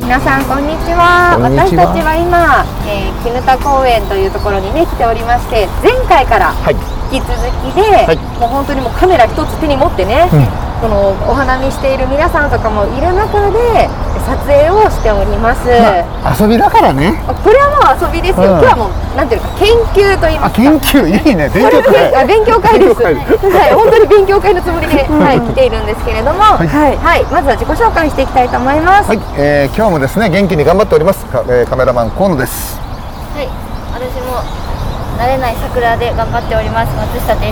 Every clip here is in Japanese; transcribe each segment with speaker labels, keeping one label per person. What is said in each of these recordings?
Speaker 1: 皆さんこんにちは。
Speaker 2: こんに
Speaker 1: 私
Speaker 2: ちは
Speaker 1: たちは今、えー、絹田公園というところにね来ておりまして、前回から
Speaker 2: はい、
Speaker 1: 引き続きで、
Speaker 2: はい
Speaker 1: もう本当にもうカメラ一つ手に持ってね、
Speaker 2: うん
Speaker 1: このお花見している皆さんとかもいる中で撮影をしております。
Speaker 2: まあ遊びだからね。
Speaker 1: これはもう遊びですよ。
Speaker 2: うん
Speaker 1: 今日はもうなんていうか研究と言いま
Speaker 2: あ、
Speaker 1: すか。
Speaker 2: 研究いいね。勉
Speaker 1: これ
Speaker 2: 強会。
Speaker 1: あ勉強会です。
Speaker 2: 勉強
Speaker 1: はい、本当に勉強会のつもりで、はい、来ているんですけれども、はい、
Speaker 2: い
Speaker 1: はい、まずは自己紹介していきたいと思います。
Speaker 2: はい、えー、今日もですね、元気に頑張っております。かえーカメラマン河野です。
Speaker 3: はい、私も慣れない桜で頑張っております松下で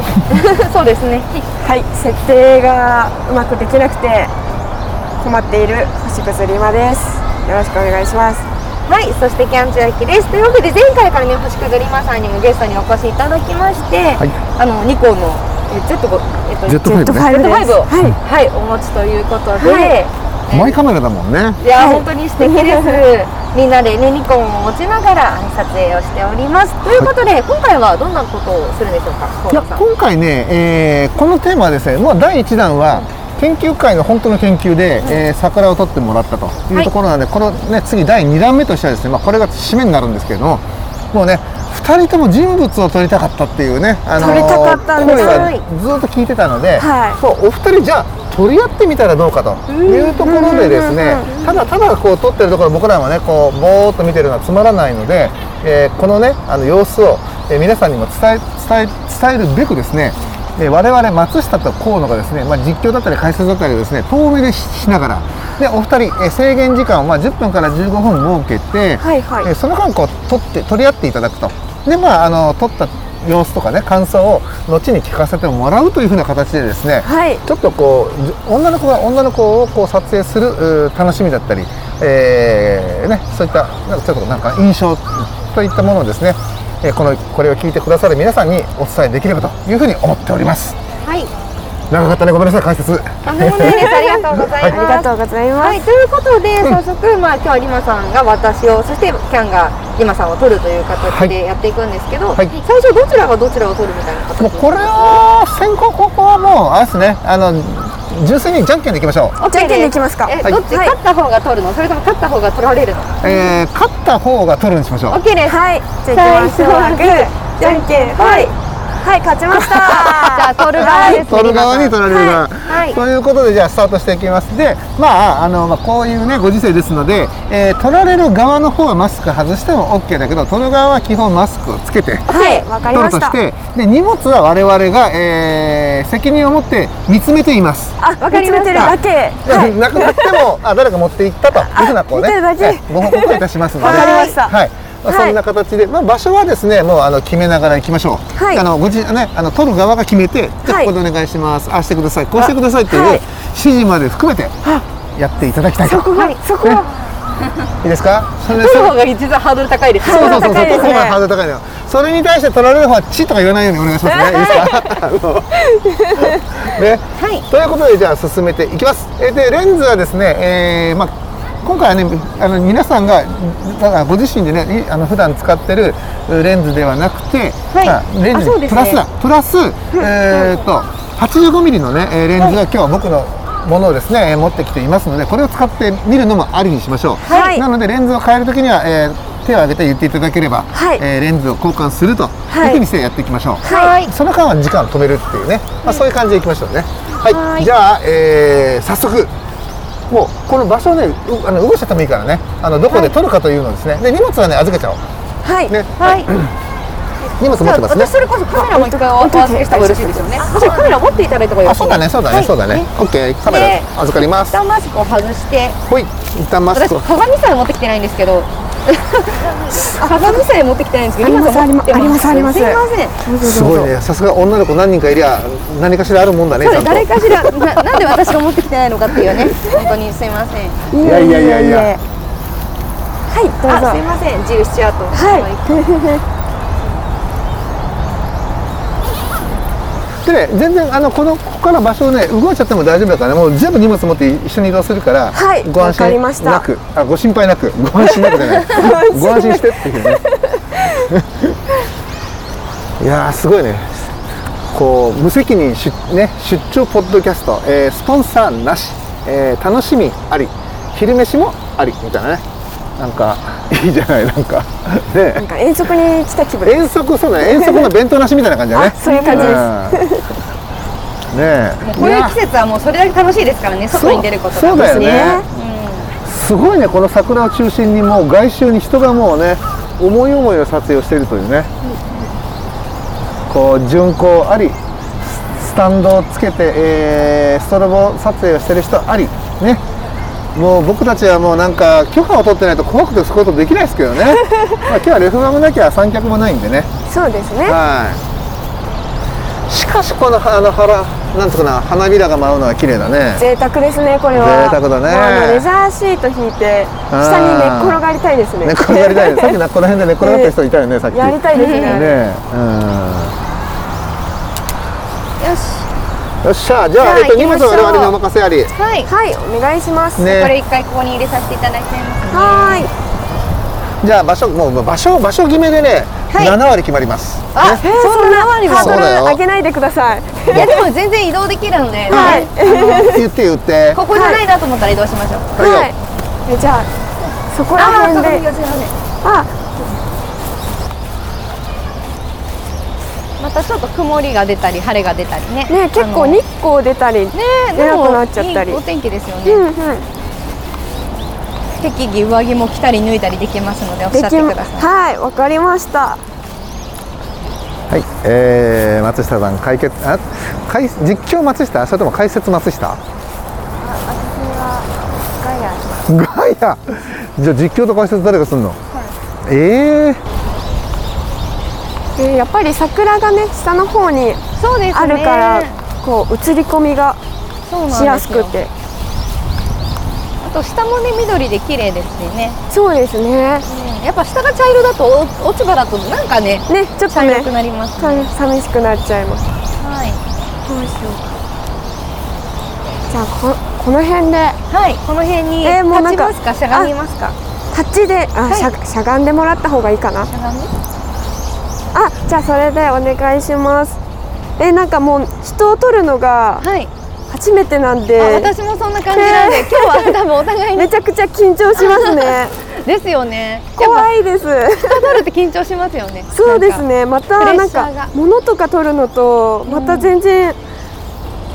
Speaker 3: す。
Speaker 1: そうですね。
Speaker 4: はい、設定がうまくできなくて困っている星屑りまです。よろしくお願いします。
Speaker 1: はい、そしてキャンチュアキです。というわけで前回からね、星屑りまさんにもゲストにお越しいただきまして、
Speaker 2: はい
Speaker 1: あのニコンのえ Z ごえっと
Speaker 2: Z ファイブね。
Speaker 1: Z5 を
Speaker 4: は
Speaker 1: はい
Speaker 4: い、
Speaker 1: お持ちということで、
Speaker 2: マイカメラだもんね。
Speaker 1: い、や、本当に素敵 です。みんなでねニコンを持ちながらはい撮影をしております。ということで、今回はどんなことをするんでしょうか。
Speaker 2: い
Speaker 1: 河
Speaker 2: や、
Speaker 1: 野さん
Speaker 2: 今回ね、えーこのテーマはですね、まあ第一弾は。研究会の本当の研究で、えー桜を撮ってもらったというところなんで、このね次第2弾目としてはですね、まあ、これが締めになるんですけれどももうね2人とも人物を撮りたかったっていうね、あのー
Speaker 4: 撮りたかったんです
Speaker 2: 声
Speaker 1: は
Speaker 2: はいずっと聞いてたので、
Speaker 4: はい
Speaker 2: そうお二人じゃあ取り合ってみたらどうかというところでですねただただこう撮ってるところ僕らはねこうぼーっと見てるのはつまらないので、えーこのねあの様子を、えー皆さんにも伝え伝え伝えるべくですねえー我々松下と河野がですね、まあ、実況だったり解説だったりをですね遠目でししながらでお二人、えー制限時間をまあ10分から15分設けて、
Speaker 4: はいはい
Speaker 2: えーその間こう取って取り合っていただくとでまああの取った様子とかね感想を後に聞かせてもらうというふうな形でですね、
Speaker 4: はい
Speaker 2: ちょっとこうじ女の子が女の子をこう撮影するうー楽しみだったり、えーね、そういったなんかちょっとなんか印象といったものをですね、えーこのこれを聞いてくださる皆さんにお伝えできればというふうに思っております
Speaker 1: はい、
Speaker 2: 長かったねごめんなさい解説
Speaker 1: とんでもないです。 ありがとうござい
Speaker 4: あり
Speaker 1: ま
Speaker 4: が
Speaker 1: す
Speaker 4: と。うございま
Speaker 1: はい、ということで、早速、まあ、今日リマさんが私を、そして、キャンがリマさんを取るという形でやっていくんですけど。
Speaker 2: はい
Speaker 1: 最初、どちらがどちらを取るみたいな形。
Speaker 2: もうこれを先行ここはもうあれですねあの純粋にじゃんけんでいきましょう
Speaker 1: オッケ
Speaker 4: じゃ
Speaker 1: ー
Speaker 4: んけん
Speaker 1: で
Speaker 4: でいきますか
Speaker 1: え、
Speaker 2: はい
Speaker 1: どっち、
Speaker 4: はい。
Speaker 1: 勝った方が取るの、それとも勝った方が取られるの。
Speaker 2: えー勝った方が取るにしましょ
Speaker 1: オ
Speaker 2: う
Speaker 1: ッ。ケーですす。
Speaker 4: はい、じゃあ行き
Speaker 1: 最
Speaker 4: ましょう。
Speaker 1: 初はグー
Speaker 4: じゃんけん、はい、はい、勝ちました。
Speaker 1: じゃあ、取る側です。
Speaker 2: 取る側に
Speaker 1: リマ
Speaker 2: 取られる側、
Speaker 1: はい
Speaker 2: ということでじゃあスタートしていきますでまああの、まあ、こういうねご時世ですので、えー取られる側の方はマスク外しても OK だけど取る側は基本マスクをつけて
Speaker 4: はい、わか
Speaker 2: 取
Speaker 4: りま
Speaker 2: ると
Speaker 4: した
Speaker 2: し。てで荷物は我々が、えー責任を持って見つめています。
Speaker 4: あ、わかりました。見つめてるだけ。 はい、
Speaker 2: なくなってもあ誰か持っていったというふうなこうね
Speaker 4: 見てるだけ
Speaker 2: えご報告をいたしますので
Speaker 4: わかりました
Speaker 2: はいまあ
Speaker 4: はい
Speaker 2: そんな形で、まあ、場所はですねもうあの決めながら行きましょう、
Speaker 4: はい
Speaker 2: あのご自ねあの取る側が決めてじゃ
Speaker 4: は
Speaker 2: あ
Speaker 4: い
Speaker 2: ここでお願いします、ああしてくださいこうしてくださいっていう
Speaker 4: はい
Speaker 2: 指示まで含めてやっていただきたいと、
Speaker 4: そこが、そこが、
Speaker 2: いいですかそれで
Speaker 1: 取
Speaker 2: そ
Speaker 1: る
Speaker 2: う
Speaker 1: 方が実はハードル高いです。
Speaker 2: そうそうそうそう
Speaker 4: ハードル高いですね
Speaker 2: 取る方がハードル高いのよそれに対して取られる方はチッとか言わないようにお願いしますねいいですか あのね、
Speaker 1: はい
Speaker 2: ということでじゃあ進めていきます。えーでレンズはですね、えーまあ今回はねあの皆さんがただご自身でねいあの普段使ってるうレンズではなくて、
Speaker 1: はい
Speaker 2: まあレンズ
Speaker 1: あそう
Speaker 2: に
Speaker 1: です
Speaker 2: プ
Speaker 1: ね
Speaker 2: ラスだプラス、えーっと 85mm のねえーレンズが今日は僕のものをですねえー持ってきていますのでこれを使って見るのもありにしましょう、
Speaker 4: はい
Speaker 2: なのでレンズを変えるときには、えー手を挙げて言っていただければ、
Speaker 4: はい
Speaker 2: えーレンズを交換するというふうにしてやっていきましょう、
Speaker 1: はい。
Speaker 2: その間は時間を止めるっていうね、まあ、そういう感じでいきましょうねはいじゃあ、えー早速もうこの場所をねうあの動かしちゃってもいいからねあのどこで取るかというのをですね、で荷物はね預けちゃおう
Speaker 4: はい、
Speaker 2: ね
Speaker 1: はい。
Speaker 2: 荷物持ってますね
Speaker 1: 私それこそカメラも一回お預けした方が嬉しいですよね。じゃあカメラ持っていただいた方がよ
Speaker 2: あ
Speaker 1: ろしい
Speaker 2: そうだねそうだね、
Speaker 1: はい
Speaker 2: そうだねオッケーカメ
Speaker 1: で
Speaker 2: ラ預かりま
Speaker 1: 一
Speaker 2: す
Speaker 1: 旦マスクを外して、
Speaker 2: ほい一旦マス
Speaker 1: 私
Speaker 2: クを
Speaker 1: 鏡さえ持ってきてないんですけ ど。鏡さえ持ってきてないんですけど、皆さん持ってきて
Speaker 4: ありますありますあります
Speaker 1: すいません。
Speaker 2: すごいねさすが女の子何人かいりゃ何かしらあるもんだね
Speaker 1: そ
Speaker 2: ちゃ
Speaker 1: れ
Speaker 2: んと
Speaker 1: 誰かしらななんで私が持ってきてないのかっていうね本当にすいませ ん
Speaker 4: い
Speaker 2: いやいやいやいや
Speaker 4: はいどうぞ
Speaker 1: あすいませんジルスチュアート
Speaker 4: はい
Speaker 2: でね全然あのこのここから場所をね動いちゃっても大丈夫だからねもう全部荷物持って一緒に移動するから、
Speaker 4: はい
Speaker 2: ご安
Speaker 4: わかり
Speaker 2: 心
Speaker 4: ました
Speaker 2: なくあご心配なくご安心なくじ ゃないご安心してっていうねいやーすごいねこう無責任出,、ね、出張ポッドキャスト、えースポンサーなし、えー楽しみあり昼飯もありみたいなねなんかいいじゃないなんかね
Speaker 4: なんか遠足に来た気分です
Speaker 2: 遠足そうだね遠足の弁当なしみたいな感じだね
Speaker 4: あそういう感じです
Speaker 2: です、うん、ねえ
Speaker 1: こういう季節はもうそれだけ楽しいですからね外に出ることが
Speaker 2: そうそうだよね
Speaker 4: ね
Speaker 2: すごいねこの桜を中心にもう外周に人がもうね思い思いの撮影をしているというね、こう巡行ありススタンドをつけて、えーストロボ撮影をしている人ありねもう僕たちはもうなんか許可を取ってないと怖くてそういうことできないですけどね まあ今日はレフがもなきゃ三脚もないんでね
Speaker 4: そうですね
Speaker 2: はい。しかしこのあの花なんつうかな花びらが舞うのは綺麗だね。
Speaker 4: 贅沢ですねこれは
Speaker 2: 贅沢だね
Speaker 4: もうあのレジャーシート引いて下に寝っ転がりたいですね
Speaker 2: 寝っ転がりたいね。 さっきなこの辺で寝っ転がった人いたよねさっき。
Speaker 4: やりたいですね
Speaker 2: ね。
Speaker 1: よし
Speaker 2: うん。よっしゃじゃあ
Speaker 1: じゃあ
Speaker 2: えっと荷
Speaker 1: 行きま
Speaker 2: 物は我
Speaker 1: しょう
Speaker 2: 々にお任せあり。
Speaker 1: はい、
Speaker 4: はいお願いします
Speaker 1: これ
Speaker 2: ね。
Speaker 1: 一回ここに入れさせていただいてます
Speaker 4: はーい
Speaker 2: じゃあ場所もう場所場所決めでね
Speaker 1: い
Speaker 2: 7割決まります。
Speaker 1: あ、
Speaker 2: ね
Speaker 1: そんなわりも
Speaker 4: ハード
Speaker 2: そうだよ
Speaker 4: ル上げないでください
Speaker 1: いやでも全然移動できるので、
Speaker 4: はい
Speaker 2: 言って言って。
Speaker 1: ここじゃないなと思ったら移動しましょう、
Speaker 2: はいよ
Speaker 4: はいえじゃあそこら
Speaker 1: ああー、
Speaker 4: 辺
Speaker 1: 鏡
Speaker 4: で
Speaker 1: がすいません
Speaker 4: あ
Speaker 1: またちょっと曇りが出たり晴れが出たりね
Speaker 4: ね結構日光出たりね
Speaker 1: ねえ、で
Speaker 4: 出な
Speaker 1: も
Speaker 4: くなっちゃったり
Speaker 1: いいお天気ですよね、
Speaker 4: うんうん
Speaker 1: 適宜上着も着たり脱いだりできますのでおっ
Speaker 4: で
Speaker 1: しゃって
Speaker 4: き
Speaker 1: く
Speaker 4: ま
Speaker 1: ださい
Speaker 4: はいわかりまし
Speaker 2: は
Speaker 4: た
Speaker 2: い、えー、松下さん解決あ解実況松下それとも解説松下あ私はガヤガヤじゃあ実況と解説誰がするの、ええ
Speaker 4: でやっぱり桜がね下の方に
Speaker 1: そうですね
Speaker 4: あるからこう映り込みが
Speaker 1: そう
Speaker 4: し
Speaker 1: なん
Speaker 4: や
Speaker 1: ですすよ
Speaker 4: くて
Speaker 1: あと下もね緑で綺麗ですしね、
Speaker 4: そうですね
Speaker 1: うんやっぱ下が茶色だとお落ち葉だとなんかね
Speaker 4: ねちょっと
Speaker 1: 茶
Speaker 4: ね
Speaker 1: 色くなりますね
Speaker 4: さ寂しくなっちゃいます
Speaker 1: はい、
Speaker 4: どうしようじゃあここの辺で
Speaker 1: はい、この辺に
Speaker 4: えーもうな
Speaker 1: 立ち
Speaker 4: んか
Speaker 1: ますかしゃがみますか
Speaker 4: 立ちであ、しゃしゃがんでもらった方がいいかな
Speaker 1: しゃがみ
Speaker 4: あじゃあそれでお願いしますえなんかもう人を撮るのが
Speaker 1: はい、
Speaker 4: 初めてなん
Speaker 1: あ
Speaker 4: で
Speaker 1: 私もそんな感じなんで、今日は多分お互いに
Speaker 4: めちゃくちゃ緊張しま すね
Speaker 1: ですよねやっぱ
Speaker 4: 怖いです
Speaker 1: 下取るって緊張しますよね
Speaker 4: そうで
Speaker 1: な
Speaker 4: す
Speaker 1: んか
Speaker 4: ねまた
Speaker 1: プレ
Speaker 4: な
Speaker 1: ッ
Speaker 4: ん
Speaker 1: シャーが
Speaker 4: か物とか撮るのとまた全然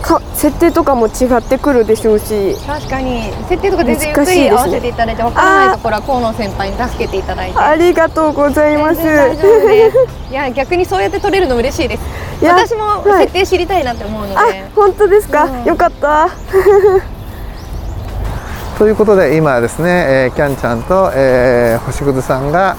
Speaker 4: か設定とかも違ってくるでしょうし
Speaker 1: 確かに設定とか全然ゆっ
Speaker 4: 難
Speaker 1: く
Speaker 4: しい
Speaker 1: り
Speaker 4: ですね
Speaker 1: 合わせていただいてわからないところは河野先輩に助けていただいて
Speaker 4: ありがとうございます
Speaker 1: 全然大丈夫ですいや逆にそうやって取れるの嬉しいです
Speaker 4: いや
Speaker 1: 私も
Speaker 4: はい
Speaker 1: 設定知りたいなって思うので、
Speaker 4: あ本当ですか、よかった
Speaker 2: ということで今ですね、えーキャンちゃんと、えー、星屑さんが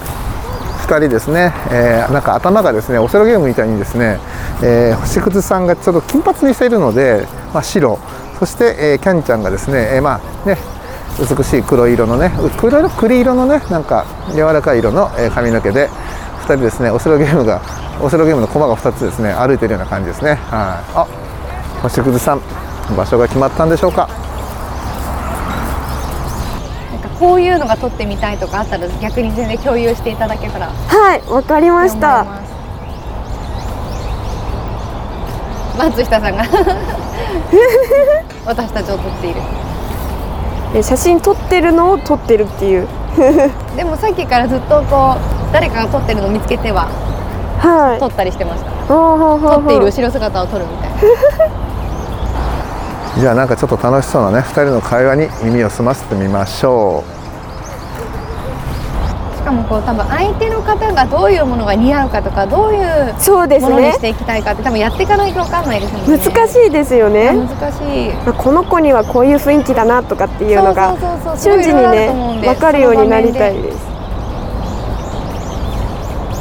Speaker 2: 2人ですね、えーなんか頭がですねオセロゲームみたいにですね、えー星屑さんがちょっと金髪にしているので、まあ、白そして、えーキャンちゃんがですね,、えーまあ、ね美しい黒色のねう黒色栗色のねなんか柔らかい色の、えー髪の毛で2人ですねオセロゲームがオセロゲームの駒が2つですね歩いているような感じですね。はい、あ星屑さん場所が決まったんでしょうか
Speaker 1: なんかこういうのが取ってみたいとかあったら逆に全然共有していただけたら
Speaker 4: はいわかりました
Speaker 1: 思います松下さ んが私たちを撮っている
Speaker 4: え写真撮ってるのを撮ってるっていう
Speaker 1: でもさっきからずっとこう誰かが撮ってるのを見つけては
Speaker 4: はい
Speaker 1: 撮ったりしてました
Speaker 4: ほうほうほう
Speaker 1: 撮
Speaker 4: ほ
Speaker 1: っていうる後ろ姿を撮るみたいな
Speaker 2: じゃあなんかちょっと楽しそうなね2人の会話に耳を澄ませてみましょ
Speaker 1: しかもこう多分相手の方がどういうものが似合うかとかどういう
Speaker 4: そうです
Speaker 1: ものに
Speaker 4: ね
Speaker 1: していきたいかって多分やっていかないと分かんないですもんね
Speaker 4: 難しいですよね、
Speaker 1: 難しい
Speaker 4: まあこの子にはこういう雰囲気だなとかっていうの
Speaker 1: そ
Speaker 4: が
Speaker 1: うそうそうそう
Speaker 4: 瞬時
Speaker 1: いろ
Speaker 4: に
Speaker 1: いろあると思うん
Speaker 4: ね
Speaker 1: で
Speaker 4: 分かるようになりた
Speaker 1: そ
Speaker 4: い
Speaker 1: の場面で
Speaker 4: です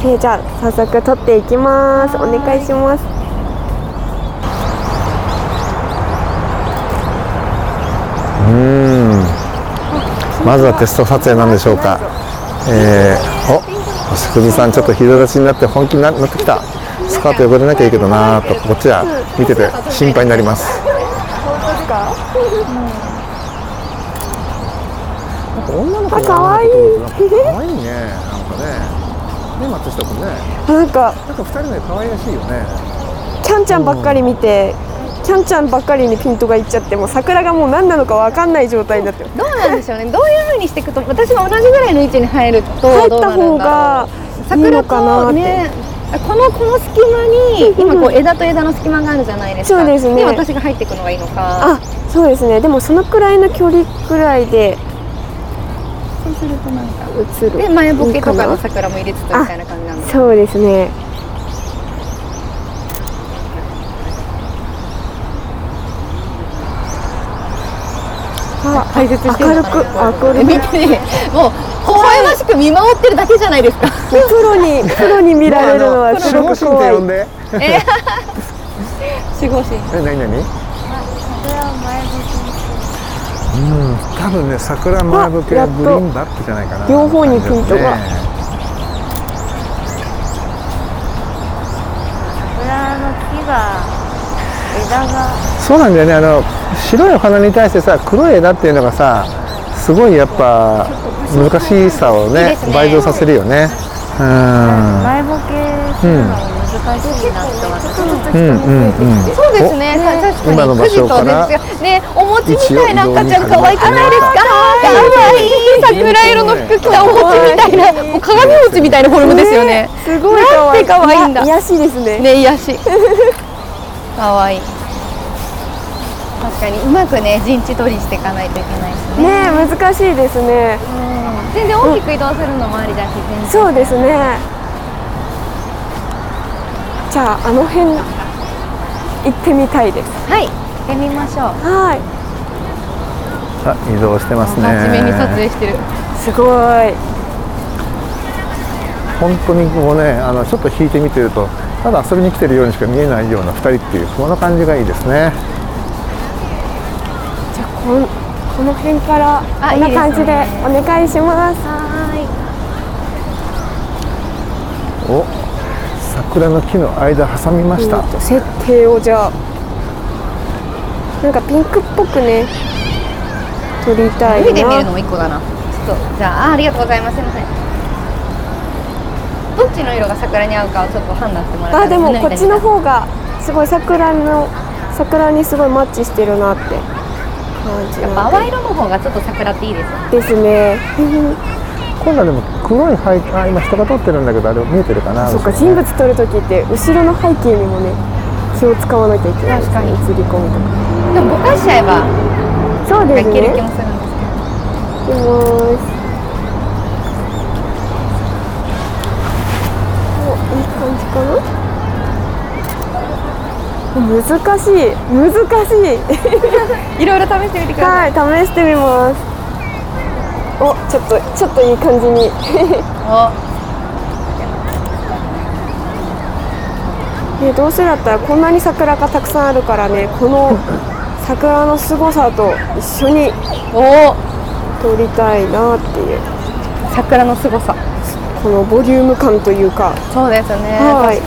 Speaker 4: えーじゃあ早速撮っていきますお
Speaker 1: はーい
Speaker 4: 願いします
Speaker 2: うんまずはテスト撮影なんでしょうかえー、お星屑さんちょっと膝立ちになって本気にななってきたスカート汚れなきゃいいけどなーとこっちは見てて心配になります女の子
Speaker 4: 可愛い
Speaker 2: 可愛いねなんかねね松下君ね
Speaker 4: なんか
Speaker 2: なんか二人ね可愛らしいよね
Speaker 4: キャンちゃんばっかり見てキャンちゃんばっかりにピントがいっちゃってもう桜がもう何なのか分かんない状態になってます
Speaker 1: どうなんでしょうねどういうふうにしていくと私も同じぐらいの位置に入ると
Speaker 4: 入っ
Speaker 1: どうな
Speaker 4: た
Speaker 1: るんだろ
Speaker 4: 方
Speaker 1: う
Speaker 4: がいいの
Speaker 1: 桜
Speaker 4: かな
Speaker 1: と
Speaker 4: って、
Speaker 1: ねこのこの隙間に今こう枝と枝の隙間があるじゃないですか
Speaker 4: そうですね
Speaker 1: 私が入っていくのがいいのか
Speaker 4: あそうですねでもそのくらいの距離くらいで
Speaker 1: そうするとなんか
Speaker 4: 映
Speaker 1: で
Speaker 4: る
Speaker 1: 前ボケと
Speaker 4: いい
Speaker 1: か
Speaker 4: かな
Speaker 1: の桜も入れつつみたいな感じなんで
Speaker 4: そうですねあ解説して明るく明る
Speaker 1: 見
Speaker 4: く
Speaker 1: てもう微笑ましく見守ってるだけじゃないですか
Speaker 4: プロに プロに見られるのはす
Speaker 2: 守
Speaker 4: ご
Speaker 2: 護
Speaker 4: く
Speaker 2: 神っ
Speaker 4: 怖
Speaker 2: て
Speaker 4: い
Speaker 2: 呼んで
Speaker 1: 守護神
Speaker 2: え何何うん多分ね桜前向け
Speaker 4: あや
Speaker 2: は
Speaker 4: っと
Speaker 2: グリーンバックじゃないかな
Speaker 4: 両方にピントが
Speaker 2: ね
Speaker 1: 桜の木が枝が
Speaker 2: そうなんだよねあの白いお花に対してさ黒い枝っていうのがさすごいやっぱ難しさを
Speaker 1: いい
Speaker 2: ね
Speaker 1: ですね
Speaker 2: 倍増させるよねうん
Speaker 1: 前ボケするの難しいなって思って
Speaker 2: うんうんうん
Speaker 1: そうですね、確かに
Speaker 2: 今の場所から
Speaker 1: くじとね、ねお餅みたいな赤ちゃん可愛くないですか可愛い桜色の服着たお餅みたいなもう鏡餅みたいなフォルムですよね
Speaker 4: すごい可
Speaker 1: な
Speaker 4: 愛い
Speaker 1: んて可愛いんだ
Speaker 4: 癒やしですね
Speaker 1: ね癒やし可愛い確かにうまくね陣地取りしていかないといけないし
Speaker 4: ね難しいですね
Speaker 1: 全然大きく移動するのもありだし全然
Speaker 4: そうですねじゃああの辺行ってみたいです
Speaker 1: はい行ってみましょう
Speaker 4: はい
Speaker 2: あ移動してますね
Speaker 1: 真面目に撮影してる
Speaker 4: すごい
Speaker 2: 本当にこうねあのちょっと引いてみてるとただ遊びに来てるようにしか見えないような2人っていうその感じがいいですね
Speaker 4: じゃあこんこの辺から
Speaker 1: あ
Speaker 4: こんない
Speaker 1: いです
Speaker 4: 感
Speaker 1: ね
Speaker 4: じでお願いします
Speaker 1: は
Speaker 2: お桜の木の間挟みました、
Speaker 4: うんと設定をじゃあなんかピンクっぽくね撮りた
Speaker 1: ー
Speaker 4: い
Speaker 1: い海で見る
Speaker 4: な
Speaker 1: のも一個だなちょっとじゃああーありがとうございますすいませんどっちの色が桜に合うかをちょっと判断してもら
Speaker 4: あ
Speaker 1: いた
Speaker 4: で
Speaker 1: い
Speaker 4: もこっちの方がすごい桜の桜にすごいマッチしてるなって感じなん
Speaker 1: 淡い色の方がちょっと桜っていいですよね
Speaker 4: ですね
Speaker 2: 今度はでも黒い背景あ今人が撮ってるんだけどあれ見えてるかな
Speaker 4: そっか
Speaker 2: 後
Speaker 4: 人
Speaker 2: ろね
Speaker 4: 物撮るときって後ろの背景にもね気を使わなきゃいけないです
Speaker 1: 確
Speaker 4: ね
Speaker 1: かに
Speaker 4: 映り込むと
Speaker 1: でもぼかしちゃえば
Speaker 4: かそうです
Speaker 1: いけ
Speaker 4: ね
Speaker 1: る気もするんですけど
Speaker 4: いきますおいい感じかな難しい難しい
Speaker 1: いろいろ試してみてください。
Speaker 4: はい試してみますおちょっとちょっといい感じにね、どうせだったらこんなに桜がたくさんあるからねこの桜の凄さと一緒に
Speaker 1: おお、
Speaker 4: 撮りたいなっていう
Speaker 1: 桜の凄さ。
Speaker 4: このボリューム感というか
Speaker 1: そうですね。
Speaker 4: はい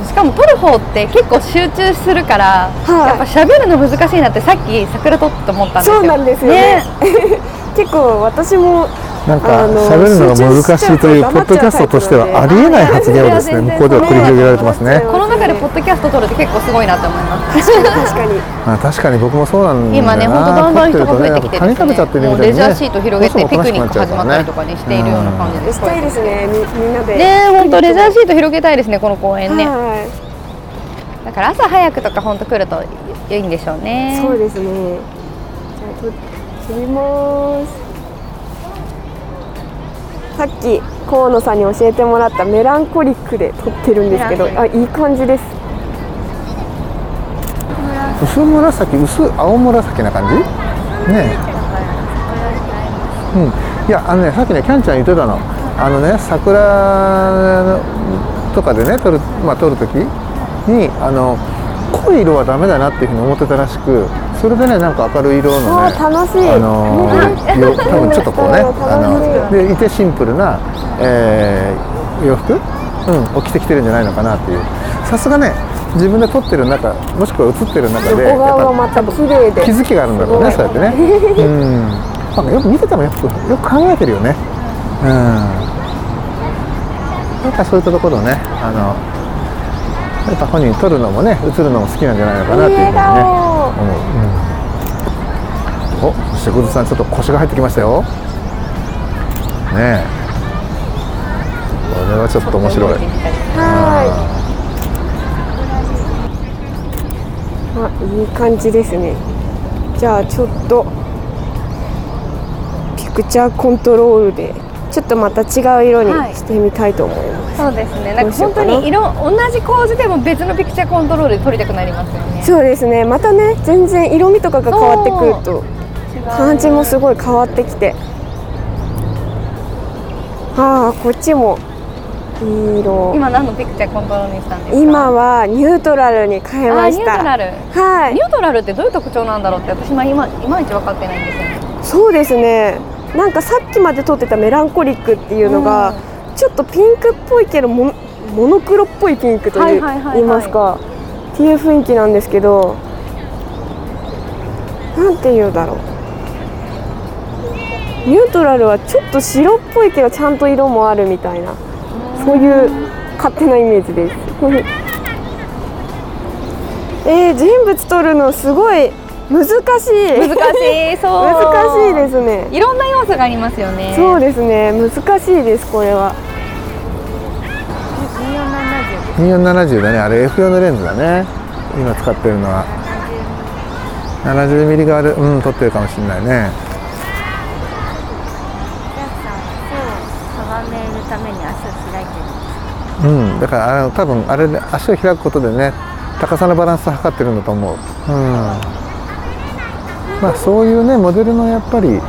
Speaker 1: 確かに。しか
Speaker 4: を
Speaker 1: も撮る方って結構集中するから、
Speaker 4: はい
Speaker 1: やっぱ喋るの難しいなってさっき桜撮ったと思ったんですよ。
Speaker 4: そうなんですよね 結構私も
Speaker 2: なんか
Speaker 4: あの
Speaker 2: 喋るのが難しいというポッドキャストとしてはありえない発言をですね
Speaker 1: いや全然
Speaker 2: 向こうでは繰り広げられてますね
Speaker 1: この中でポッドキャスト撮るって結構すごいなって思います。
Speaker 4: 確かに
Speaker 2: あ確かに僕もそうなんだよな
Speaker 1: 今ね、本当どんどん人が増えてきて
Speaker 2: 撮るとねなんかカニ
Speaker 1: です
Speaker 2: 食べ
Speaker 1: ね
Speaker 2: ちゃってるみたい
Speaker 1: も
Speaker 2: に
Speaker 1: う
Speaker 2: ね
Speaker 1: レジャーシート広げ
Speaker 2: ど
Speaker 1: て
Speaker 2: うして
Speaker 1: ピ
Speaker 2: もお
Speaker 1: ク
Speaker 2: となし
Speaker 1: ニック始
Speaker 2: くなっちゃうから
Speaker 1: ま
Speaker 2: ね
Speaker 1: ったりとかねしているような感じです。
Speaker 4: したいですねみみんなで
Speaker 1: ね、本当レジャーシート広げたいですね、この公園ね。
Speaker 4: はい
Speaker 1: だから朝早くとか本当来るといいんでしょうね。
Speaker 4: そうですねじゃあと飛びますさっき河野さんに教えてもらったメランコリックで撮ってるんですけどあいい感じです
Speaker 2: 薄紫薄青紫な感じねうんいやあのねさっきねキャンちゃん言ってたのあのね桜とかでね撮る,、まあ、撮る時にあの濃い色はダメだなっていうふうに思ってたらしくそれでねなんか明るい色のね
Speaker 4: あ楽しい
Speaker 2: あのー よ多分ちょっとこうね
Speaker 4: 楽しい
Speaker 2: あのでいてシンプルな、えー洋服、うん、を着てきてるんじゃないのかなっていうさすがね自分で撮ってる中もしくは写ってる中で
Speaker 4: 横顔が
Speaker 2: やっ
Speaker 4: また綺麗
Speaker 2: ぱ
Speaker 4: で
Speaker 2: 気づきがあるんだろうね
Speaker 4: す
Speaker 2: そう
Speaker 4: ご
Speaker 2: や
Speaker 4: い
Speaker 2: ってね うんなんかよく見ててもよくよく考えてるよねうんなんかそういったところをねあのやっぱ本人撮るのもね写るのも好きなんじゃないのかなっていうふうにね思う、うんおそしてグズさんちょっと腰が入ってきましたよねえこれはちょっと面白い
Speaker 4: あいい感じですねじゃあちょっとピクチャーコントロールでちょっとまた違う色にしてみたいと思います、
Speaker 3: そうですね。なん
Speaker 4: ど
Speaker 3: か
Speaker 4: うしよう
Speaker 3: 本
Speaker 4: か
Speaker 3: 当
Speaker 4: な
Speaker 3: に色同じ構図でも別のピクチャーコントロールで撮りたくなりますよね。
Speaker 4: そうですねまたね全然色味とかが変わってくると
Speaker 3: 違う
Speaker 4: 感じもすごい変わってきてああこっちもいい色
Speaker 3: 今何のピクチャーコントロールにしたんですか。
Speaker 4: 今はニュートラルに変え
Speaker 3: あ
Speaker 4: ま
Speaker 3: ニュ
Speaker 4: し
Speaker 3: ートラ
Speaker 4: た
Speaker 3: ル。
Speaker 4: はい
Speaker 3: ニュートラルってどういう特徴なんだろうって私も今いまいち分かってないんですよ ね。
Speaker 4: そうですねなんかさっきまで撮ってたメランコリックっていうのが、ちょっとピンクっぽいけどモモノクロっぽいピンクと、
Speaker 3: はいいうはいはいはい
Speaker 4: 言いますかっていう雰囲気なんですけどなんて言うだろうニュートラルはちょっと白っぽいけどちゃんと色もあるみたいなそういう勝手なイメージです えー、人物撮るのすごい難しい
Speaker 3: 難しいそう。
Speaker 4: 難しいですね
Speaker 3: いろんな要素がありますよね。
Speaker 4: そうですね、難しいです、これは。
Speaker 2: 2470だねあれ F4 のレンズだね今使ってるのは 70mm があるうん撮ってるかもしれないねうんだからあの多分あれで足を開くことでね高さのバランスを測ってるんだと思ううんまあそういうねモデルのやっぱり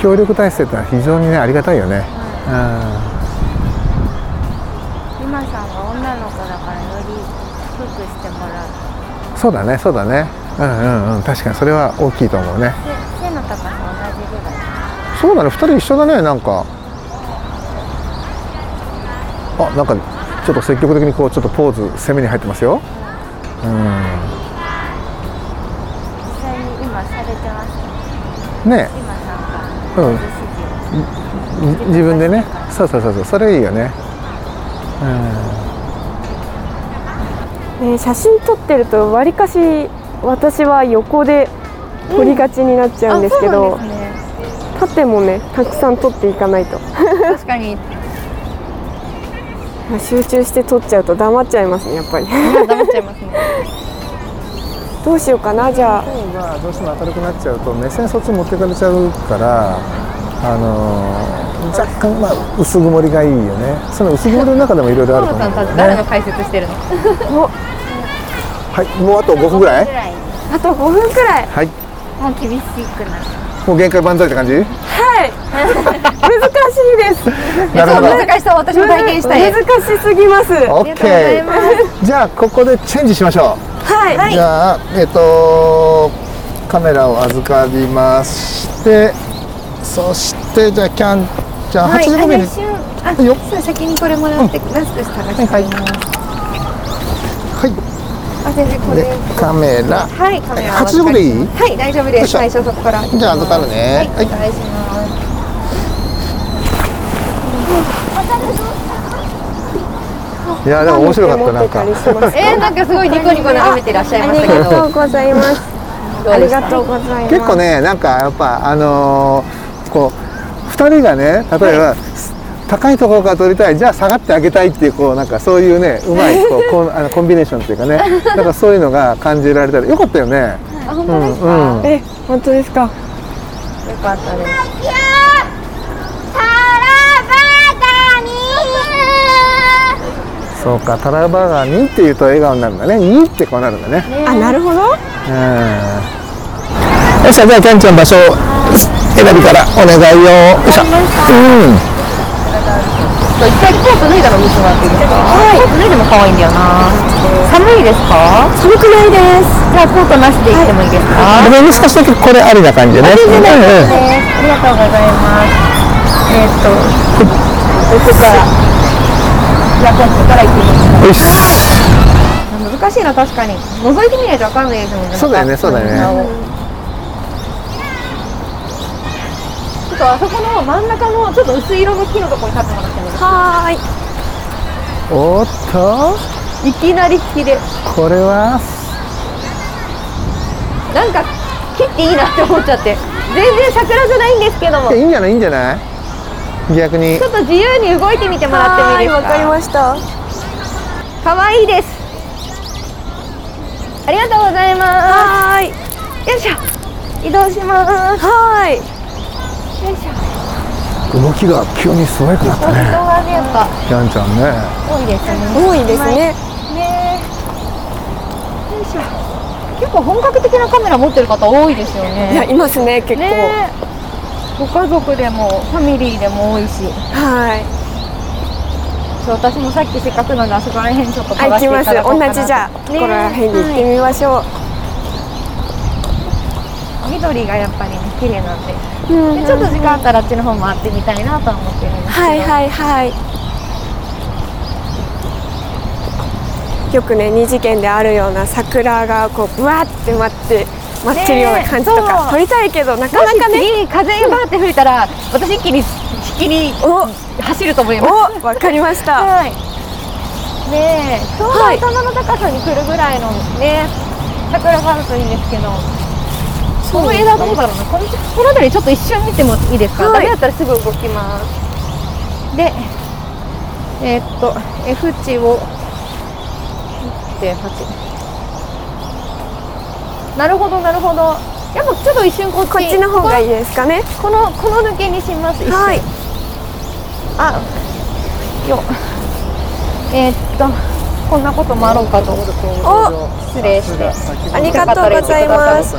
Speaker 2: 協力体制ってのは非常にねありがたいよねうん
Speaker 5: 今さんは女の子だからより低くしてもらう
Speaker 2: そうだねそうだねうんうんうん確かにそれは大きいと思うね
Speaker 5: で背の高さ同じぐらい
Speaker 2: そうだね二人一緒だねなんかあなんかちょっと積極的にこうちょっとポーズ攻めに入ってますよう
Speaker 5: 実
Speaker 2: ん
Speaker 5: 際に今されてます
Speaker 2: ね
Speaker 5: 今さんが
Speaker 2: うん
Speaker 5: 指示を
Speaker 2: じ自分でねそうそうそうそうそれいいよね
Speaker 4: ね、写真撮ってると、わりかし、私は横で。撮りがちになっちゃうんですけど、
Speaker 3: そうなんですね。
Speaker 4: 縦もね、たくさん撮っていかないと。
Speaker 3: 確かに
Speaker 4: 集中して撮っちゃうと、黙っちゃいますね、やっぱり。
Speaker 3: 黙っちゃいますね。
Speaker 4: どうしようかな、じゃあ。
Speaker 2: 方がどうしても明るくなっちゃうと目線そっちに持ってかれちゃうからあのー若干まあ薄曇りがいいよねその薄曇りの中でもいろいろある
Speaker 3: 河
Speaker 2: と
Speaker 3: 野さん
Speaker 2: 思うん
Speaker 3: た
Speaker 2: だ
Speaker 3: ち誰
Speaker 2: よね
Speaker 3: の解説してるの？
Speaker 2: はいもうあと5分ぐらい
Speaker 5: ぐらい
Speaker 4: あと5分くらい。
Speaker 2: はい
Speaker 5: もう厳しくなる
Speaker 2: もう限界万歳って感じ
Speaker 4: 難しい です。
Speaker 2: なるほど
Speaker 3: 難しさを私も体験したい。
Speaker 4: 難しすぎます。
Speaker 2: オッケー。じゃあここでチェンジしましょ
Speaker 4: はい。
Speaker 2: う。じゃあえっ、とカメラを預かりまして、そしてじゃあキャンじゃあ85ミリ。
Speaker 3: 一瞬あ
Speaker 2: いいよ
Speaker 3: そう先にこれもらってマスク探してみます。
Speaker 2: は
Speaker 3: あ全然こ
Speaker 2: い。
Speaker 3: れ
Speaker 2: でカメラ。
Speaker 3: はいカメラは
Speaker 2: 85でいい
Speaker 3: はい大丈夫です。
Speaker 2: よ
Speaker 3: 最
Speaker 2: いし
Speaker 3: 初そこから。
Speaker 2: じゃあ預かるね。
Speaker 3: は、
Speaker 2: はいい
Speaker 3: お。願いします。
Speaker 2: いやでも面白かったなんか。
Speaker 3: えー、なんかすごいニコニコ眺めてらっしゃいましたけど、
Speaker 4: ありがとうございます。あ
Speaker 3: どうで
Speaker 4: り
Speaker 3: した
Speaker 4: がとうございます。
Speaker 2: 結構ねなんかやっぱあのーこう二人がね例えば、高いところから撮りたいじゃあ下がってあげたいっていうこうなんかそう いうねうまいこうこうあのコンビネーションっていうかねなんかそういうのが感じられたらよかったよね、
Speaker 5: はい。
Speaker 2: うんうん
Speaker 4: え、本当ですか。
Speaker 1: よかったです
Speaker 2: そうかタラバガニっていうと笑顔になるんだねニってこうなるんだね
Speaker 4: あ、なるほど。
Speaker 2: よっしゃじゃあキャンちゃん場所選びからお願いよよっしゃうん
Speaker 1: 一回コート脱いだの見せてもらっていいですかはいコート脱いでも可愛いんだよな寒いですか寒くないですじゃあコートなしで行ってもいいですか、
Speaker 2: ごめんね少しだけこれありな感じでねうんうん
Speaker 1: ありがとうございますえーっとどこからじゃあコートから行ってみます
Speaker 2: よ
Speaker 1: 難し
Speaker 2: し
Speaker 1: いな確かに覗いてみないと分かんないですもんね
Speaker 2: そうだよねそうだよね
Speaker 1: ねちょっとあそこの真ん中のちょっと薄い色の木のところに立ってもらってもいいですか
Speaker 2: おっと
Speaker 1: いきなり木で
Speaker 2: これは
Speaker 1: なんか切っていいなって思っちゃって全然桜じゃないんですけども
Speaker 2: い
Speaker 1: ち
Speaker 2: いんじゃないいいんじゃない逆に
Speaker 1: ょっと自由に動いてみてもらってもいいですか
Speaker 4: ました。
Speaker 1: 可愛いです。ありがとうございます。はい。よいしょ。移動します。はい。よいしょ。
Speaker 2: 動きが急にすごくなった
Speaker 1: 人
Speaker 2: ね
Speaker 1: がね、やっぱ
Speaker 2: キャンちゃんね
Speaker 1: 多いですね。
Speaker 4: 多いですね。
Speaker 1: ねよいしょ。結構本格的なカメラ持ってる方多いですよ
Speaker 4: いや、
Speaker 1: ね。
Speaker 4: いますね、結構。
Speaker 1: ねご家族でもファミリーでも多いし、
Speaker 4: はい。
Speaker 1: そう私もさっきせっかくなんであそこら辺ちょっと
Speaker 4: あ、
Speaker 1: 探
Speaker 4: 行
Speaker 1: していただ
Speaker 4: きます。
Speaker 1: こうか
Speaker 4: 同
Speaker 1: なと
Speaker 4: じじゃあ、こ
Speaker 1: ね
Speaker 4: こら辺に行ってみましょう。
Speaker 1: 緑がやっぱりね綺麗なんで,、でちょっと時間あったらあっちの方も会ってみたいなとは思ってるんですけど
Speaker 4: はいはいはい。よくね、二次元であるような桜がこう、ぶわって待って、待ってるような感じと
Speaker 1: ねえそ
Speaker 4: か、
Speaker 1: う
Speaker 4: 撮りたいけど、なか
Speaker 1: も
Speaker 4: なか
Speaker 1: し
Speaker 4: ね。
Speaker 1: 次風バーって吹いたら私一気に引きに
Speaker 4: お、
Speaker 1: 走ると思います
Speaker 4: お、わかりました。
Speaker 1: はいねえちょうど頭の高さに来るぐらいのね桜があるといいんですけどこの枝どうだろうなこのこの辺りちょっと一瞬見てもいいですか、
Speaker 4: はい
Speaker 1: ダメだったらすぐ動きますでえーっと F 値を1.8なるほどなるほどやっぱちょっと一瞬こっち
Speaker 4: こっちの方がいいですかね。
Speaker 1: このこの抜けにします一瞬
Speaker 4: はい。
Speaker 1: あよえーっとこんなこともあろうかと
Speaker 4: お、
Speaker 1: 失礼して
Speaker 4: ありがとうござ います。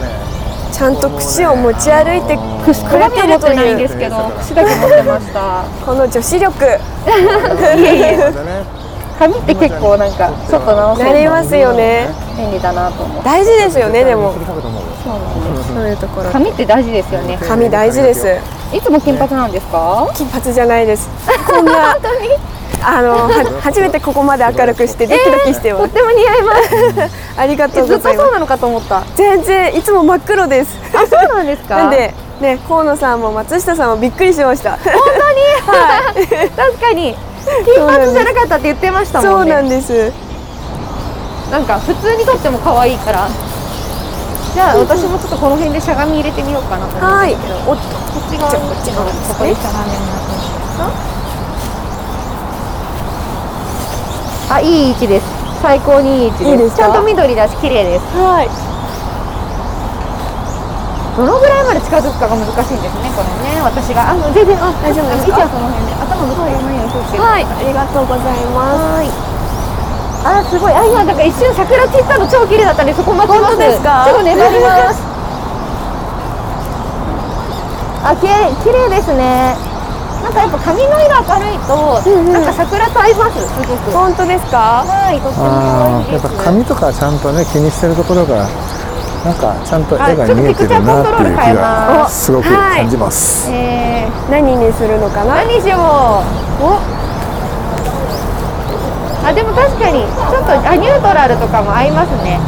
Speaker 4: ちゃんと櫛を持ち歩いてくれ
Speaker 1: 鏡
Speaker 4: て
Speaker 1: 持
Speaker 4: る
Speaker 1: っ
Speaker 4: と
Speaker 1: てないん
Speaker 4: い
Speaker 1: で
Speaker 4: う
Speaker 1: すけど串だけ持ってました
Speaker 4: この女子力
Speaker 1: 髪って結構なんかちょっと直せ
Speaker 4: なりますよね
Speaker 1: 便利だなと思う
Speaker 4: 大事ですよねでもそういうところ
Speaker 1: 髪って大事ですよね
Speaker 4: 髪大事です
Speaker 1: いつも金髪なんですか
Speaker 4: 金髪じゃないですこん なあのは初めてここまで明るくしてドキドキして
Speaker 1: と
Speaker 4: ま
Speaker 1: っ
Speaker 4: す、
Speaker 1: ても似合います
Speaker 4: ありがと
Speaker 1: え
Speaker 4: う
Speaker 1: ず
Speaker 4: ご
Speaker 1: っと
Speaker 4: ざい
Speaker 1: そう
Speaker 4: ます
Speaker 1: なのかと思ったあ
Speaker 4: 全然いつも真っ黒です
Speaker 1: そうなんですか
Speaker 4: なんでね河野さんも松下さんもびっくりしました
Speaker 1: 確かに金髪じゃなかったって言ってました
Speaker 4: そ
Speaker 1: も
Speaker 4: うん
Speaker 1: ね
Speaker 4: なんです
Speaker 1: なんか普通にとっても可愛いからじゃあ私もちょっとこの辺でしゃがみ入れてみようかなと思うん
Speaker 4: はい
Speaker 1: ですけど、
Speaker 4: おっと
Speaker 1: こっち側こっち側ここにしゃがんでもらっていいですかあいい位置です最高にいい位置です
Speaker 4: いいですか
Speaker 1: ちゃんと緑だし綺麗です
Speaker 4: はい
Speaker 1: どのぐらいまで近づくかが難しいんですねこれね私があの全然あ大丈夫です位置はその辺で頭ぶつかりないように気をつけて
Speaker 4: はいありがとうございます
Speaker 1: あすごいあ今なんか一瞬桜散ったの超綺麗だったんでそこ待ちます
Speaker 4: 本当ですか
Speaker 1: ちょっと粘りますあ綺麗綺麗ですねなんかやっぱ髪の色明るいと、
Speaker 4: うんうん
Speaker 1: なんか桜と合いますすごく
Speaker 4: 本当ですか
Speaker 1: はいとっても
Speaker 2: ああ
Speaker 1: 可愛い
Speaker 2: や
Speaker 1: で
Speaker 2: っ
Speaker 1: す
Speaker 2: ぱ髪とかちゃんとね気にしてるところがなんかちゃんと絵が見えてるなっていう気がすごく感じます
Speaker 1: えー、
Speaker 4: 何にするのかな
Speaker 1: 何しようおあでも確かにちょっとあニュートラルとかも合いますね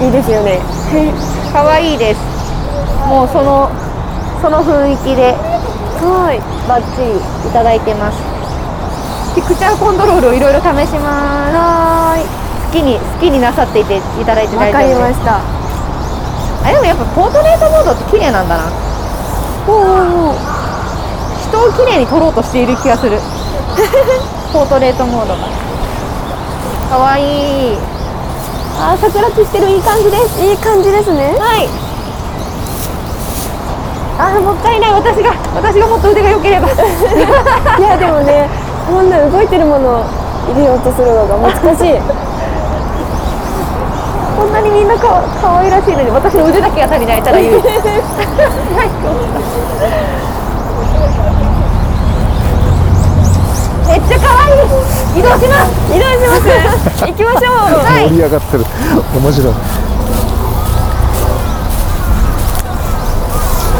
Speaker 4: いいいいですよね
Speaker 1: 可愛いですもうそのその雰囲気ではいバッチリいただいてますピクチャーコントロールをいろいろ試します好きに好きになさっていていただいて
Speaker 4: わ
Speaker 1: 大
Speaker 4: かり
Speaker 1: 丈夫
Speaker 4: ま
Speaker 1: です
Speaker 4: した
Speaker 1: あでもやっぱポートレートモードって綺麗なんだなおお人を綺麗に撮ろうとしている気が するポートレートモードが可愛い
Speaker 6: あー桜散ってるいい感じです
Speaker 7: いい感じですね
Speaker 6: はいあーもったいない私が私がもっと腕が良ければ
Speaker 7: いやでもねこんな動いてるものを入れようとするのが難しい
Speaker 6: こんなにみんなか可愛らしいのに私の腕だけが足りないたらいい最高めっちゃ可愛い移動します移動します 行きましょうはい
Speaker 2: 盛り上がってる面白い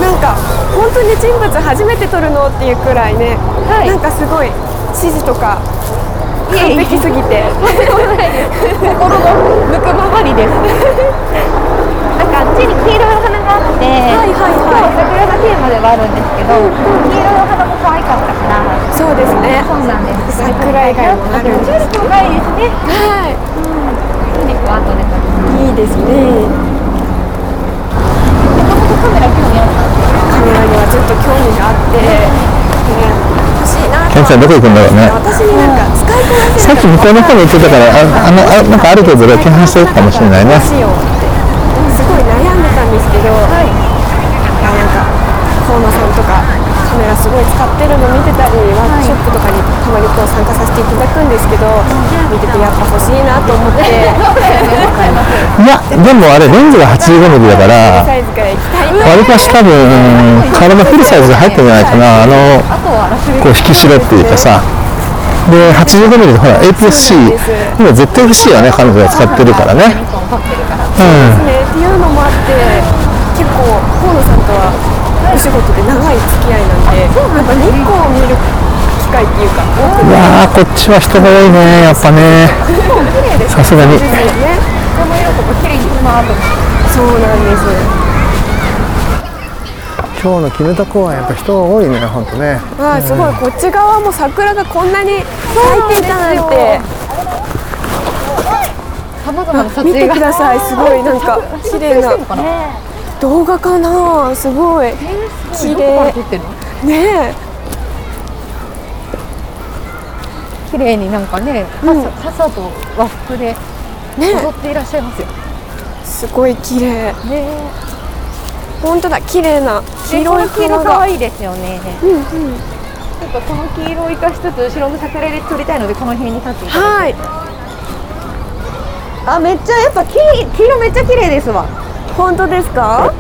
Speaker 4: なんか本当に人物初めて撮るのっていうくらいね、
Speaker 6: はい
Speaker 4: なんかすごい指示とか完
Speaker 6: いえいえ
Speaker 4: 璧すぎて
Speaker 6: 心の向くままにです。なんかあっちに黄色いお花があって、はいはいはい、桜がテーマではあるんですけど、黄色いお花も可愛かったから、
Speaker 4: そうですね
Speaker 6: そうなんです。
Speaker 4: 桜以外もあるん
Speaker 6: チューリップがいいですね。はい。チューリップは後で撮ります。
Speaker 4: いいですね
Speaker 6: もともとカメラ興味あったんです
Speaker 4: カメラにはずっと興味があって、ね、欲しいなと
Speaker 8: ケンちゃんどこ行くんだろうね
Speaker 4: 私になんか使いこなせ
Speaker 8: さっ
Speaker 4: る
Speaker 8: き向こうの方に行ってたからああのあなんかある程度ロケハンしてるかもしれないね
Speaker 4: 欲しいよってすごい悩んでたんですけど、い、やなんか河野さんとかカメラすごい使ってるの見てたりワークショップとかにたまにこう参加させていただくんですけど、見ててやっぱ欲しいなと思って
Speaker 8: いやでもあれレンズが 85mm だから
Speaker 4: サイズから行きたいな
Speaker 8: わりかし多分体フルサイズで入ったんじゃないかなあのこう引き締めっていうかさで 85mm のほら A+C 今 ZFC はね彼女が使ってるからねうん
Speaker 4: ねっていうのもあって結構河野さんとはお仕事で長い付き合いなんでやっぱ日光を見る機会っていうか多く
Speaker 8: いやーこっちは人が多いねやっぱねさすが
Speaker 4: で
Speaker 8: に
Speaker 4: すねこの色とか綺麗にするなとそうなんです
Speaker 2: 今日の絹田公園やっぱ人が多いね本当ね
Speaker 4: わあすごいこっち側も桜がこんなに咲いていたなんて
Speaker 9: 様々な撮
Speaker 4: 見
Speaker 9: 影
Speaker 4: て
Speaker 9: が
Speaker 4: くださいすごいなんか綺麗な動画かなすごい綺麗
Speaker 9: 撮ってるの
Speaker 4: ねえ
Speaker 9: 綺麗になんかね傘,、傘と和服で踊っていらっしゃいますよ、
Speaker 4: すごい綺麗
Speaker 9: ね
Speaker 4: 本当だ綺麗な黄色い
Speaker 1: 黄
Speaker 4: 花
Speaker 1: 色可
Speaker 4: が
Speaker 1: 愛いですよね。
Speaker 9: ちょっとこの黄色を生かしつつ後ろの桜で撮りたいのでこの辺に立っていただいて
Speaker 4: はい
Speaker 6: あ、めっちゃやっぱ黄黄色めっちゃ綺麗ですわ。
Speaker 4: 本当ですか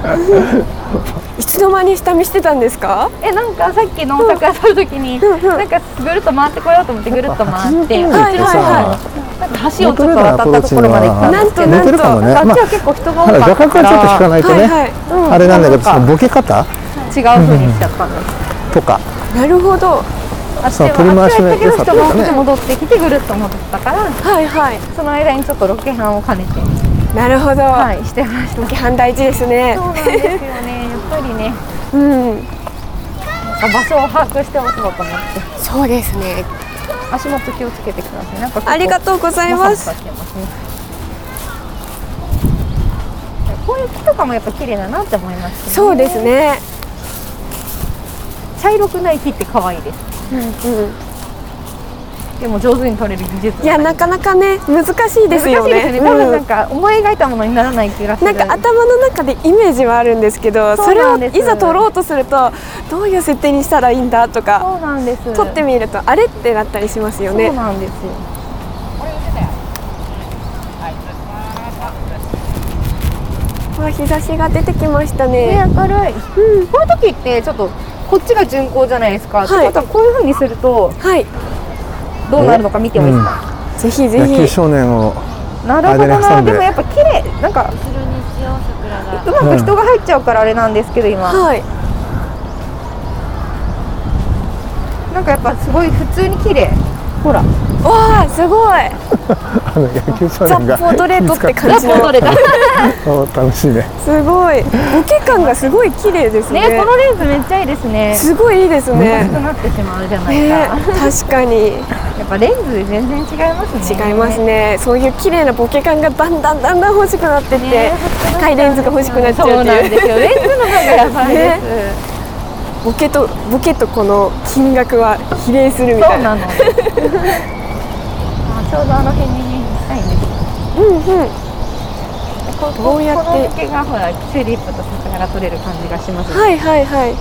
Speaker 4: いつの間に下見してたんですか
Speaker 1: えなんかさっきの桜撮るときに、なんかぐるっと回ってこようと思ってぐるっと回って、なんか
Speaker 4: はいはいは
Speaker 1: 橋をちょっと渡ったところまで行ったんで
Speaker 4: なん
Speaker 1: す
Speaker 4: と
Speaker 1: け
Speaker 4: な
Speaker 1: ど
Speaker 2: 寝。てるかもね
Speaker 1: あっち
Speaker 2: ま
Speaker 1: は結構人が多
Speaker 2: あ
Speaker 1: かったか
Speaker 2: ただ若干ちょっと引からないとね、
Speaker 4: はいは
Speaker 2: あ
Speaker 4: い
Speaker 2: れなんだけどそのボケ方
Speaker 1: 違う風にしちゃったんです。
Speaker 2: とか
Speaker 4: いなるほ
Speaker 1: あ
Speaker 4: ど
Speaker 1: っち
Speaker 2: そう
Speaker 1: は
Speaker 2: 取り回しの
Speaker 1: あっちは行ったけど人
Speaker 2: 良さというかね
Speaker 1: が戻ってきてぐるっと戻ったから、
Speaker 4: はいはい
Speaker 1: その間にちょっとロケハンを兼ねて、
Speaker 4: なるほど、
Speaker 1: はいしてました。
Speaker 4: ロケハン大事ですね
Speaker 1: そうなんですよね。やっぱりね、
Speaker 4: うん
Speaker 1: なんか場所を把握しておこうと思って、
Speaker 4: そうですね
Speaker 1: 足元気をつけてください。なんか結構
Speaker 4: ありがとうござい
Speaker 1: モサモ
Speaker 4: ます
Speaker 1: サしてますね。こういう木とかもやっぱ綺麗だなって思いました、ね。
Speaker 4: そうですね
Speaker 1: 茶色くない木って可愛いです。でも上手に取れる技術
Speaker 4: いやなかなかね難しいですよ
Speaker 1: 難しいです
Speaker 4: ね
Speaker 1: ね。多分
Speaker 4: う
Speaker 1: なんか思い描いたものにならない気がす
Speaker 4: な
Speaker 1: る。
Speaker 4: んか頭の中でイメージはあるんですけどそ
Speaker 1: そう
Speaker 4: れ
Speaker 1: な
Speaker 4: を
Speaker 1: んです
Speaker 4: いざ撮ろうとするとどういう設定にしたらいいんだとか
Speaker 1: そうなんです。
Speaker 4: 撮ってみるとあれってなったりしますよ
Speaker 1: そう
Speaker 4: ね
Speaker 1: なんですよ。
Speaker 4: あ日差しが出てきましたね
Speaker 1: ね明るい。こういう時ってちょっとこっちが巡航じゃないですか。
Speaker 4: い
Speaker 1: ってことはこういう風にすると
Speaker 4: はい
Speaker 1: どうなるのか見てもいいですか。
Speaker 4: ぜひぜ
Speaker 2: 野球
Speaker 4: ひ
Speaker 2: 少年を
Speaker 1: なるほど
Speaker 2: 間に挟
Speaker 1: な。
Speaker 2: んで
Speaker 1: でもやっぱ綺麗なん
Speaker 7: 後
Speaker 1: か
Speaker 7: ろに千代桜が
Speaker 1: うまく人が入っちゃうからあれなんですけど今。
Speaker 4: はい
Speaker 1: なんかやっぱすごい普通に綺麗。ほら。
Speaker 4: わあすごい
Speaker 2: あの野球少
Speaker 4: ザ・ポ
Speaker 2: 年が
Speaker 4: ートレートって感じの
Speaker 1: れだ。ね
Speaker 2: お 楽しいね
Speaker 4: すごいボケ感がすごい綺麗ですね
Speaker 1: このレンズめっちゃいいですね。
Speaker 4: すごいいいです
Speaker 1: な
Speaker 4: ね
Speaker 1: くなってしまうじゃない
Speaker 4: ね
Speaker 1: か。
Speaker 4: 確かに
Speaker 1: やっぱレンズで全然違いますね。
Speaker 4: 違います。ねそういう綺麗なボケ感がだんだんだんだん欲しくなってって、高いレンズが欲しくなっちゃ
Speaker 1: そうう
Speaker 4: っ
Speaker 1: なん
Speaker 4: ていう
Speaker 1: ですよ。レンズの方がやばいです。
Speaker 4: ボケとボケとこの金額は比例するみ
Speaker 1: そ
Speaker 4: た
Speaker 1: う
Speaker 4: いな
Speaker 1: な の。あちょうどあの辺にね、行きたいんです。
Speaker 4: うんうん
Speaker 5: こ
Speaker 4: どうやって
Speaker 5: この時がほらチューリップと桜が取れる感じがします
Speaker 4: はいはいはい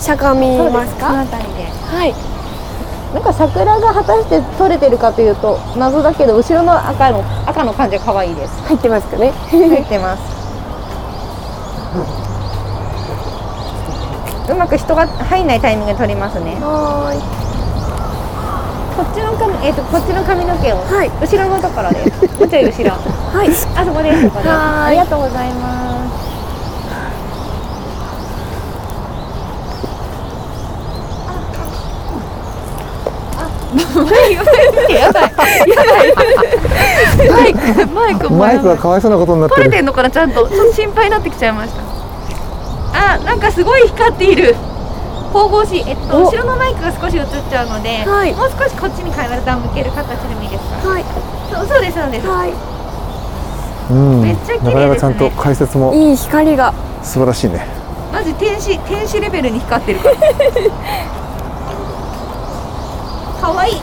Speaker 4: しゃがみます
Speaker 5: この
Speaker 4: か
Speaker 5: 辺りで
Speaker 4: はい
Speaker 1: なんか桜が果たして取れてるかというと謎だけど後ろの赤の赤の感じが可愛いです
Speaker 4: 入ってますかね
Speaker 1: 入ってますうまく人が入んないタイミングで取りますね
Speaker 4: は
Speaker 1: こっちの髪えっ、とこっちの髪の毛を、
Speaker 4: はい
Speaker 1: 後ろのところ ですもうちょい後ろ
Speaker 4: はい
Speaker 1: あそこですそこです
Speaker 4: はーい
Speaker 1: ありがとうございます
Speaker 5: マイクマイクも
Speaker 2: マ
Speaker 5: や
Speaker 2: イク
Speaker 5: ばい
Speaker 2: がかわいそうなことになって
Speaker 5: 取れ
Speaker 2: る
Speaker 5: てんのかなちゃんとちょっと心配になってきちゃいましたあなんかすごい光っている神々しいえっと後ろのマイクが少し映っちゃうので、
Speaker 4: はい
Speaker 5: もう少しこっちにカメラを向ける形でもいいですか
Speaker 4: はい
Speaker 5: そうそうですそうです、
Speaker 4: はい
Speaker 2: うん
Speaker 5: めっちゃ綺麗ですね
Speaker 2: なかなかちゃんと解説も
Speaker 4: いい光が
Speaker 2: 素晴らしいね
Speaker 5: マジ天使天使レベルに光って るからかわいいはい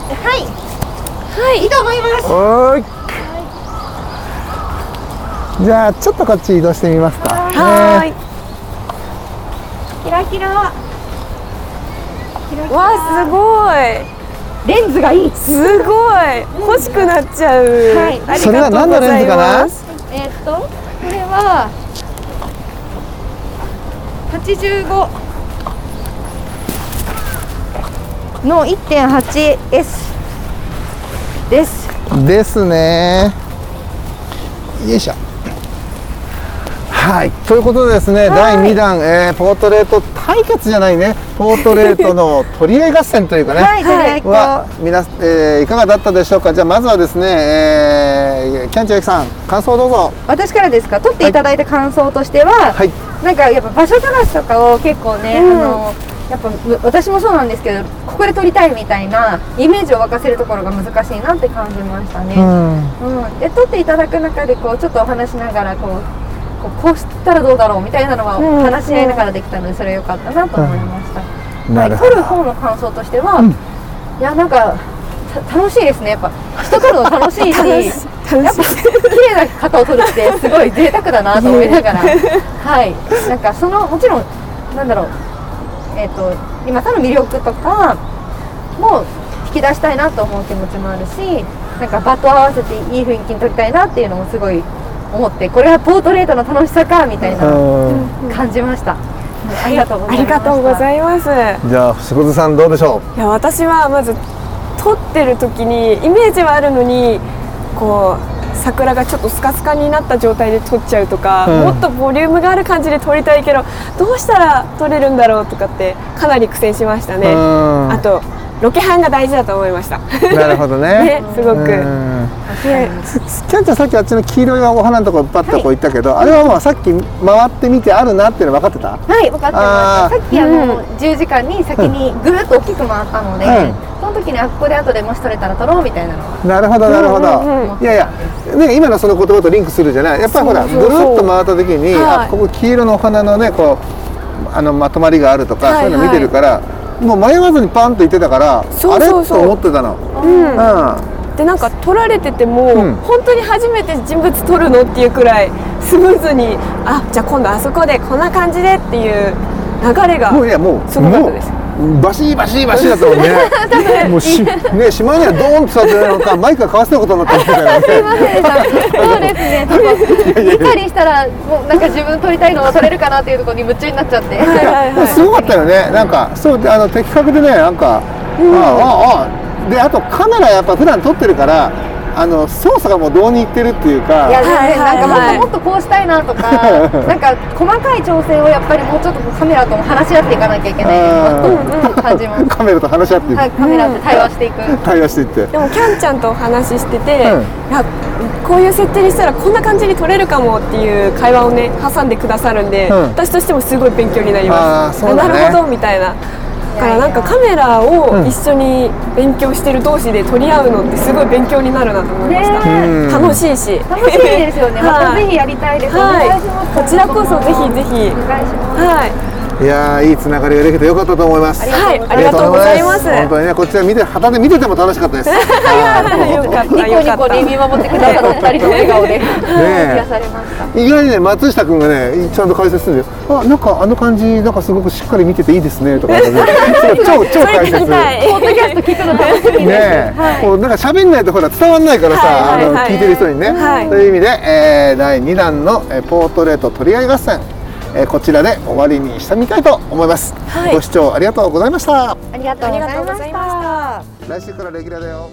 Speaker 5: はいいいと思います
Speaker 2: おーいじゃあちょっとこっち移動してみますか
Speaker 4: はーい
Speaker 5: キラキラ
Speaker 4: わあ
Speaker 1: レンズがいい
Speaker 4: すごいすごい欲しくなっちゃう
Speaker 5: い
Speaker 4: ありがと
Speaker 2: そ
Speaker 4: うございます
Speaker 2: れは何のレンズかな
Speaker 5: えっとこれは85
Speaker 1: の 1.8S です
Speaker 2: ですねよいしょはいということでですね、第2弾、えーポートレート対決じゃないねポートレートの取り合い合戦というかね
Speaker 1: はいはい
Speaker 2: は皆、えーいかがだったでしょうかじゃあまずはですね、えーキャンチャーさん感想をどうぞ
Speaker 1: 私からですか撮っていただいた感想としては、
Speaker 2: はい
Speaker 1: なんかやっぱ場所探しとかを結構ね、あのやっぱむ私もそうなんですけどここで撮りたいみたいなイメージを沸かせるところが難しいなって感じましたね、うんで撮っていただく中でこうちょっとお話しながらこうこうこうしたらどうだろうみたいなのは話し合いながらできたのでそれ良かったなと思いました、
Speaker 2: な
Speaker 1: はい、
Speaker 2: る
Speaker 1: 撮
Speaker 2: ほど
Speaker 1: る方の感想としては、いやなんかた楽しいですねやっぱ人撮るの 楽しいしやっぱ綺麗な方を撮るってすごい贅沢だなと思いな がらはいなんかそのもちろんなんだろうえっ、と今さの魅力とかも引き出したいなと思う気持ちもあるしなんか場と合わせていい雰囲気に撮りたいなっていうのもすごい思ってこれはポートレートの楽しさかみたいな
Speaker 2: うん
Speaker 1: 感じました、ありがとうござ
Speaker 4: あ
Speaker 1: いま
Speaker 4: り
Speaker 1: した
Speaker 4: がとうございますい
Speaker 2: じゃあ星屑さんどうでしょ
Speaker 4: や私はまず撮ってる時にイメージはあるのにこう桜がちょっとスカスカになった状態で撮っちゃうとか、
Speaker 2: うん
Speaker 4: もっとボリュームがある感じで撮りたいけどどうしたら撮れるんだろうとかってかなり苦戦しました
Speaker 2: う、
Speaker 4: ね、
Speaker 2: うん
Speaker 4: あとロケハンが大事だと思いました
Speaker 2: なるほどね
Speaker 4: ねすごく
Speaker 2: うん
Speaker 4: ね
Speaker 2: キャンちゃんさっきあっちの黄色いお花のとこパッとこう行ったけど、あれはまあさっき回ってみてあるなっていうの分かってた
Speaker 1: はい、分かってま
Speaker 2: あー
Speaker 1: す。さっきあの、10時間に先にぐるっと大きく回ったので、
Speaker 2: うん
Speaker 1: その時にあここで後でもし取れたら取ろうみたいなのは
Speaker 2: なるほどなるほど、
Speaker 4: うん
Speaker 2: いやいや、ね、今のその言葉とリンクするじゃないやっぱりほらぐ
Speaker 4: そう
Speaker 2: るっ
Speaker 4: そうそう
Speaker 2: と回った時に、
Speaker 4: はい
Speaker 2: あここ黄色のお花のねこうあのまとまりがあるとか、
Speaker 4: はい
Speaker 2: そういうの見てるからもう迷わずにパンと言ってたから
Speaker 4: そうそうそう
Speaker 2: あれと思ってたの
Speaker 4: うん
Speaker 2: う
Speaker 4: でなんか撮られてても、
Speaker 2: うん
Speaker 4: 本当に初めて人物撮るのっていうくらいスムーズにあじゃあ今度あそこでこんな感じでっていう流れが
Speaker 2: んもういやもう
Speaker 4: すごかっ
Speaker 2: も
Speaker 4: たです
Speaker 2: うバシバシバシだったもん ねもうしねしまいにはドーンと座ってるのかマイクがかわせたことになったみたいな
Speaker 1: ませ
Speaker 2: ね
Speaker 1: んでした。そうですね。見たりしたらもうなんか自分撮りたいのは撮れるかなっていうところに夢中になっちゃって。
Speaker 4: はいはい
Speaker 2: でも
Speaker 4: はい
Speaker 2: すごかったよね、なんか、そう、あの的確でね、なんか、ああ、ああ、で、あとカメラやっぱ普段撮ってるから、あの操作がもうどうにいってるっていうか、。
Speaker 1: いや全
Speaker 4: は
Speaker 1: 然
Speaker 4: いはいはい
Speaker 1: なんかもっともっとこうしたいなと かなんか細かい調整をやっぱりもうちょっとカメラとも話し合っていかなきゃいけないなと感じます
Speaker 2: カメラと話し合って、
Speaker 1: はい、カメラと対話していく。
Speaker 2: 対話していって。
Speaker 4: でもキャンちゃんとお話ししてて、
Speaker 2: うん
Speaker 4: いやこういう設定にしたらこんな感じに撮れるかもっていう会話をね挟んでくださるんで、
Speaker 2: うん
Speaker 4: 私としてもすごい勉強になります
Speaker 2: あーそうだね
Speaker 4: なるほどみたいなだからなんかカメラを一緒に勉強してる同士で撮り合うのってすごい勉強になるなと思いました、
Speaker 2: うん
Speaker 4: 楽しいし
Speaker 1: 楽しい ですよね。また
Speaker 4: はい
Speaker 1: ぜひやりたいです。お
Speaker 4: はい
Speaker 1: 願いします。
Speaker 4: こちらこそぜひぜひ
Speaker 1: お願いします。
Speaker 4: はい
Speaker 2: いやーいいつながりができてよかったと思います
Speaker 4: はいありがとうございます
Speaker 2: 本当にねこっちら見て旗で見てても楽しかった です
Speaker 5: ニコニコ
Speaker 4: よかった
Speaker 5: に見守ってくださるお二人の笑顔で癒
Speaker 2: ね
Speaker 5: されました
Speaker 2: え意外にね松下君がねちゃんと解説するんだよあなんかあの感じなんかすごくしっかり見てていいですね とか、ね、超超解 説
Speaker 5: ポッドキャスト聞くの楽しみです
Speaker 2: ねえ、こうなんか喋んないとほら伝わんないからさ、
Speaker 4: はいはいはい
Speaker 2: あの聞いてる人にね、
Speaker 4: はい
Speaker 2: という意味で、えー第2弾の、えーポートレート取り合い合戦、えーこちらで終わりにしたみたいと思います、ご視聴ありがとうございました
Speaker 1: ありがとうございました
Speaker 4: した
Speaker 2: 来週からレギュラーだよ